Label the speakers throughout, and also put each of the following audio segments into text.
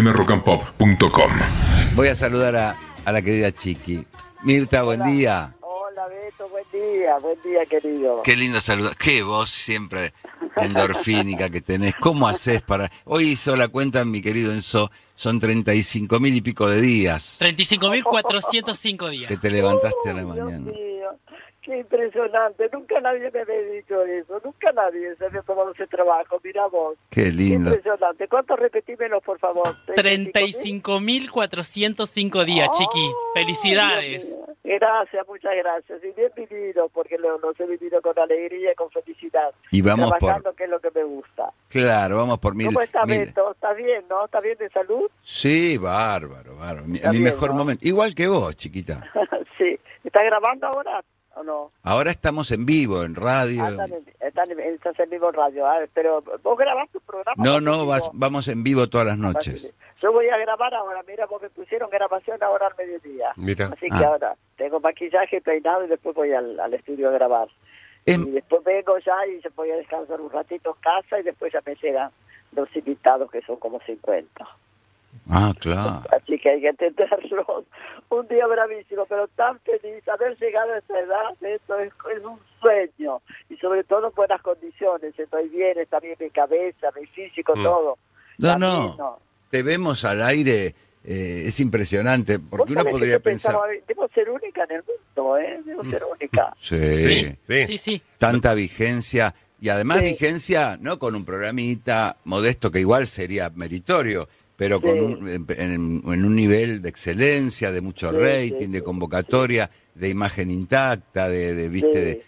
Speaker 1: fmrockandpop.com.
Speaker 2: Voy a saludar a, a la querida Chiqui. Mirta, buen día.
Speaker 3: Hola Beto, buen día, buen día querido.
Speaker 2: Qué lindo saludar. Qué voz siempre endorfínica que tenés. ¿Cómo haces para.? Hoy hizo la cuenta, mi querido Enzo, son 35 mil y pico de días
Speaker 4: 35.405 días.
Speaker 2: que te levantaste a la
Speaker 3: Uy, Dios
Speaker 2: mañana.
Speaker 3: mío, qué impresionante. Nunca nadie me había dicho eso, nunca nadie se había tomado ese trabajo. Mira vos,
Speaker 2: Qué
Speaker 3: qué
Speaker 2: lindo.
Speaker 3: impresionante. ¿Cuántos repetímelos, por favor?
Speaker 4: 35.405 días,
Speaker 3: ¡Ay,
Speaker 4: chiqui.
Speaker 3: Oh, Dios
Speaker 4: Felicidades.
Speaker 3: mío! Gracias, muchas gracias. Y bien vivido, porque lo- los he vivido con alegría y con felicidad.
Speaker 2: Y vamos por.
Speaker 3: trabajando, que es lo que me gusta.
Speaker 2: Claro, vamos por mil.
Speaker 3: ¿Cómo está
Speaker 2: mil-
Speaker 3: Beto? ¿Está bien, no? ¿Está bien de salud?
Speaker 2: Sí, bárbaro, bárbaro. Mi,
Speaker 3: Está
Speaker 2: mi
Speaker 3: bien,
Speaker 2: mejor
Speaker 3: ¿no?
Speaker 2: momento. Igual que vos, chiquita.
Speaker 3: sí. ¿Está grabando ahora o no?
Speaker 2: Ahora estamos en vivo, en radio.
Speaker 3: Ah, están en- están en- estás en vivo en radio. Ah, pero vos grabás tu programa.
Speaker 2: No,
Speaker 3: en
Speaker 2: no,
Speaker 3: vivo?
Speaker 2: vas- vamos en vivo todas las noches.
Speaker 3: Yo voy a grabar ahora, mira, porque pusieron grabación ahora al mediodía.
Speaker 5: Mira,
Speaker 3: Así
Speaker 2: Ah.
Speaker 3: que ahora tengo maquillaje, peinado y después voy al, al estudio a grabar.
Speaker 2: Es,
Speaker 3: Y después vengo ya y se voy a descansar un ratito en casa y después ya me llegan los invitados que son como 50.
Speaker 2: ah, claro.
Speaker 3: Así que hay que entenderlo. Un día bravísimo, pero tan feliz. Haber llegado a esa edad, esto es, es un sueño. Y sobre todo en buenas condiciones. Estoy bien, está bien mi cabeza, mi físico,
Speaker 5: Mm.
Speaker 3: todo.
Speaker 2: No,
Speaker 3: Está
Speaker 2: no.
Speaker 3: bien, ¿no?
Speaker 2: Te vemos al aire, eh, es impresionante, porque
Speaker 3: Vos
Speaker 2: uno
Speaker 3: sabés que
Speaker 2: podría
Speaker 3: yo
Speaker 2: pensar, Mm.
Speaker 3: pensaba, debo ser única en el mundo, ¿eh? Debo ser única.
Speaker 2: sí,
Speaker 5: sí.
Speaker 4: Sí, sí.
Speaker 2: tanta vigencia, y además
Speaker 3: Sí.
Speaker 2: vigencia no con un programita modesto que igual sería meritorio, pero con
Speaker 3: Sí.
Speaker 2: un, en, en- en un nivel de excelencia, de mucho
Speaker 3: Sí,
Speaker 2: rating,
Speaker 3: sí,
Speaker 2: de
Speaker 3: sí,
Speaker 2: convocatoria, de imagen intacta, de, de, viste,
Speaker 3: Sí.
Speaker 2: de-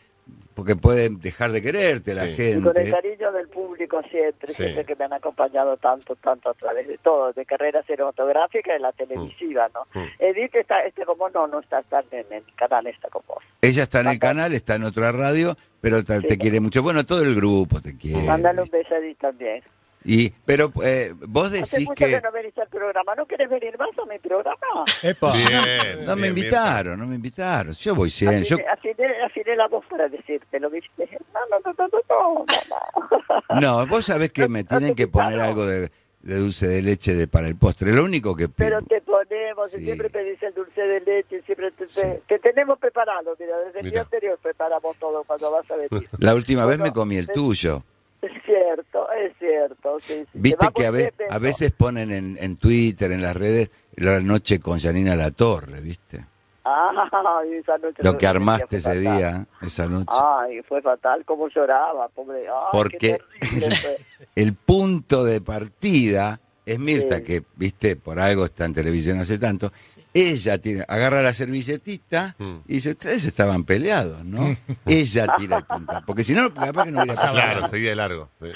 Speaker 2: porque puede dejar de quererte la
Speaker 5: Sí. Y
Speaker 3: Y con el
Speaker 2: gente.
Speaker 3: cariño del público siempre,
Speaker 5: Sí.
Speaker 3: siempre que me han acompañado tanto, tanto a través de todo, de carrera cinematográfica y la televisiva, ¿no?
Speaker 5: Mm.
Speaker 3: Edith está, este como no, no está, está en el canal, está con vos.
Speaker 2: Ella está en el
Speaker 3: Acá.
Speaker 2: canal, está en otra radio, pero ta-
Speaker 3: Sí.
Speaker 2: te quiere mucho. Bueno, todo el grupo te quiere.
Speaker 3: Mándale un beso a Edith también.
Speaker 2: Y, pero eh, vos
Speaker 3: Hace
Speaker 2: decís
Speaker 3: mucho que...
Speaker 2: que...
Speaker 3: no venís al programa, ¿no querés venir más a mi programa?
Speaker 6: Epa.
Speaker 5: Bien,
Speaker 2: No me
Speaker 5: bien, bien.
Speaker 2: invitaron, no me invitaron. Yo
Speaker 3: Ah,
Speaker 2: voy siempre. Yo,
Speaker 3: Afiné, afiné- afiné la voz para decírtelo, ¿viste? No, no, no, no, no, no, no.
Speaker 2: no, vos sabés que
Speaker 3: Ah. No-
Speaker 2: me
Speaker 3: no
Speaker 2: tienen
Speaker 3: te
Speaker 2: que poner
Speaker 3: invitaron.
Speaker 2: algo de, de dulce de leche de, para el postre. Lo único que pido.
Speaker 3: Pero te ponemos,
Speaker 2: Sí.
Speaker 3: y siempre pedís el dulce de leche, siempre te,
Speaker 2: Sí.
Speaker 3: te- te tenemos preparado, mira, desde el
Speaker 5: Mira.
Speaker 3: día anterior preparamos todo cuando vas a venir.
Speaker 2: La última vez me
Speaker 3: Bueno,
Speaker 2: comí el
Speaker 3: es-
Speaker 2: tuyo.
Speaker 3: es cierto, es cierto. Sí, sí. Te
Speaker 2: Viste
Speaker 3: va
Speaker 2: que a,
Speaker 3: muy
Speaker 2: ve-
Speaker 3: bien,
Speaker 2: a
Speaker 3: Beto.
Speaker 2: veces ponen en, en Twitter, en las redes, la noche con Janina La Torre, ¿viste?
Speaker 3: Ah, esa noche
Speaker 2: Lo
Speaker 3: fue-
Speaker 2: que armaste
Speaker 3: fue
Speaker 2: ese
Speaker 3: fatal.
Speaker 2: día, esa noche.
Speaker 3: Ay, fue fatal, cómo lloraba, pobre. Ay,
Speaker 2: Porque-
Speaker 3: qué terrible fue.
Speaker 2: El punto de partida es Mirta,
Speaker 3: Sí.
Speaker 2: que, viste, por algo está en televisión hace tanto. Ella tiene, agarra la servilletita
Speaker 5: Mm.
Speaker 2: Y dice, ustedes estaban peleados, ¿no? Ella tira el puntal, porque si no, capaz que no hubiera pasado.
Speaker 5: Claro,
Speaker 2: nada.
Speaker 5: seguía de largo. sí.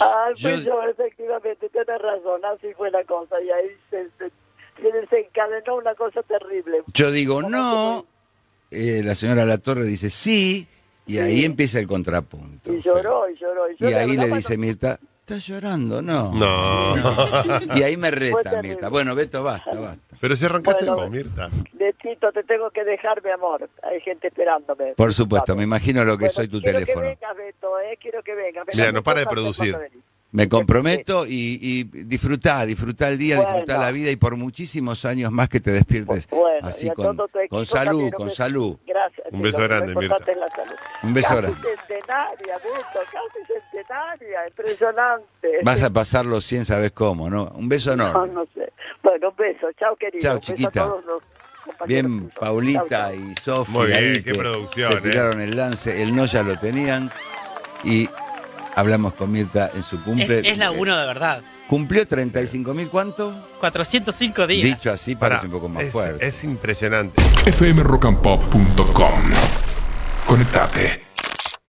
Speaker 3: Ay,
Speaker 2: Yo-
Speaker 3: pues yo, efectivamente, tenés razón, así fue la cosa. Y ahí se, se- se desencadenó una cosa terrible.
Speaker 2: yo digo, no, eh, la señora Latorre dice, sí, y ahí
Speaker 3: Sí.
Speaker 2: empieza el contrapunto.
Speaker 3: Y lloró, y lloró. Y,
Speaker 2: Y
Speaker 3: yo, la
Speaker 2: ahí le
Speaker 3: verdad,
Speaker 2: dice Mirta, ¿estás llorando? No.
Speaker 5: No.
Speaker 2: Y ahí me
Speaker 3: Fue
Speaker 2: reta
Speaker 3: terrible.
Speaker 2: Mirta. Bueno, Beto, basta, basta.
Speaker 5: Pero si arrancaste
Speaker 3: Bueno.
Speaker 5: con Mirta.
Speaker 3: Betito, te tengo que dejar, mi amor. Hay gente esperándome.
Speaker 2: Por supuesto, me
Speaker 3: Vamos.
Speaker 2: imagino lo que
Speaker 3: Bueno,
Speaker 2: soy tu
Speaker 3: quiero
Speaker 2: teléfono.
Speaker 3: Que vengas, Beto, eh, quiero que vengas.
Speaker 5: Mira,
Speaker 3: Venga,
Speaker 5: no para de
Speaker 3: cuando
Speaker 5: producir.
Speaker 3: venís.
Speaker 2: Me comprometo y, y disfrutá, disfrutá el día,
Speaker 3: Bueno.
Speaker 2: disfrutá la vida y por muchísimos años más que te despiertes
Speaker 3: Bueno,
Speaker 2: así
Speaker 3: y a
Speaker 2: con,
Speaker 3: todo tu equipo
Speaker 2: con
Speaker 3: también
Speaker 2: salud,
Speaker 3: un
Speaker 2: con
Speaker 3: beso.
Speaker 2: salud.
Speaker 3: Gracias.
Speaker 5: Un beso
Speaker 3: Lo- lo
Speaker 5: grande,
Speaker 3: importante es la salud.
Speaker 2: Un beso
Speaker 3: Casi
Speaker 2: grande.
Speaker 3: centenaria, Beto, casi centenaria. Impresionante.
Speaker 2: Vas a pasar los 100, sabes cómo, ¿no? Un beso
Speaker 3: No,
Speaker 2: enorme.
Speaker 3: no sé. Bueno, un beso. Chao, querido.
Speaker 2: Chao,
Speaker 3: Un beso a
Speaker 2: chiquita.
Speaker 3: todos los compañeros
Speaker 2: Bien,
Speaker 3: tuyos.
Speaker 2: Paulita
Speaker 3: Chao, chao.
Speaker 2: y Sofi.
Speaker 5: Muy bien,
Speaker 2: ahí
Speaker 5: qué
Speaker 2: que
Speaker 5: producción,
Speaker 2: Se
Speaker 5: ¿eh?
Speaker 2: tiraron el lance, el no ya lo tenían. Y hablamos con Mirta en su
Speaker 4: Es,
Speaker 2: cumple.
Speaker 4: es la uno de verdad.
Speaker 2: ¿Cumplió 35 mil cuánto?
Speaker 4: 405 días.
Speaker 2: Dicho así parece
Speaker 5: Pará,
Speaker 2: un poco más
Speaker 5: es,
Speaker 2: fuerte.
Speaker 5: es impresionante.
Speaker 1: fmrockandpop.com. Conectate.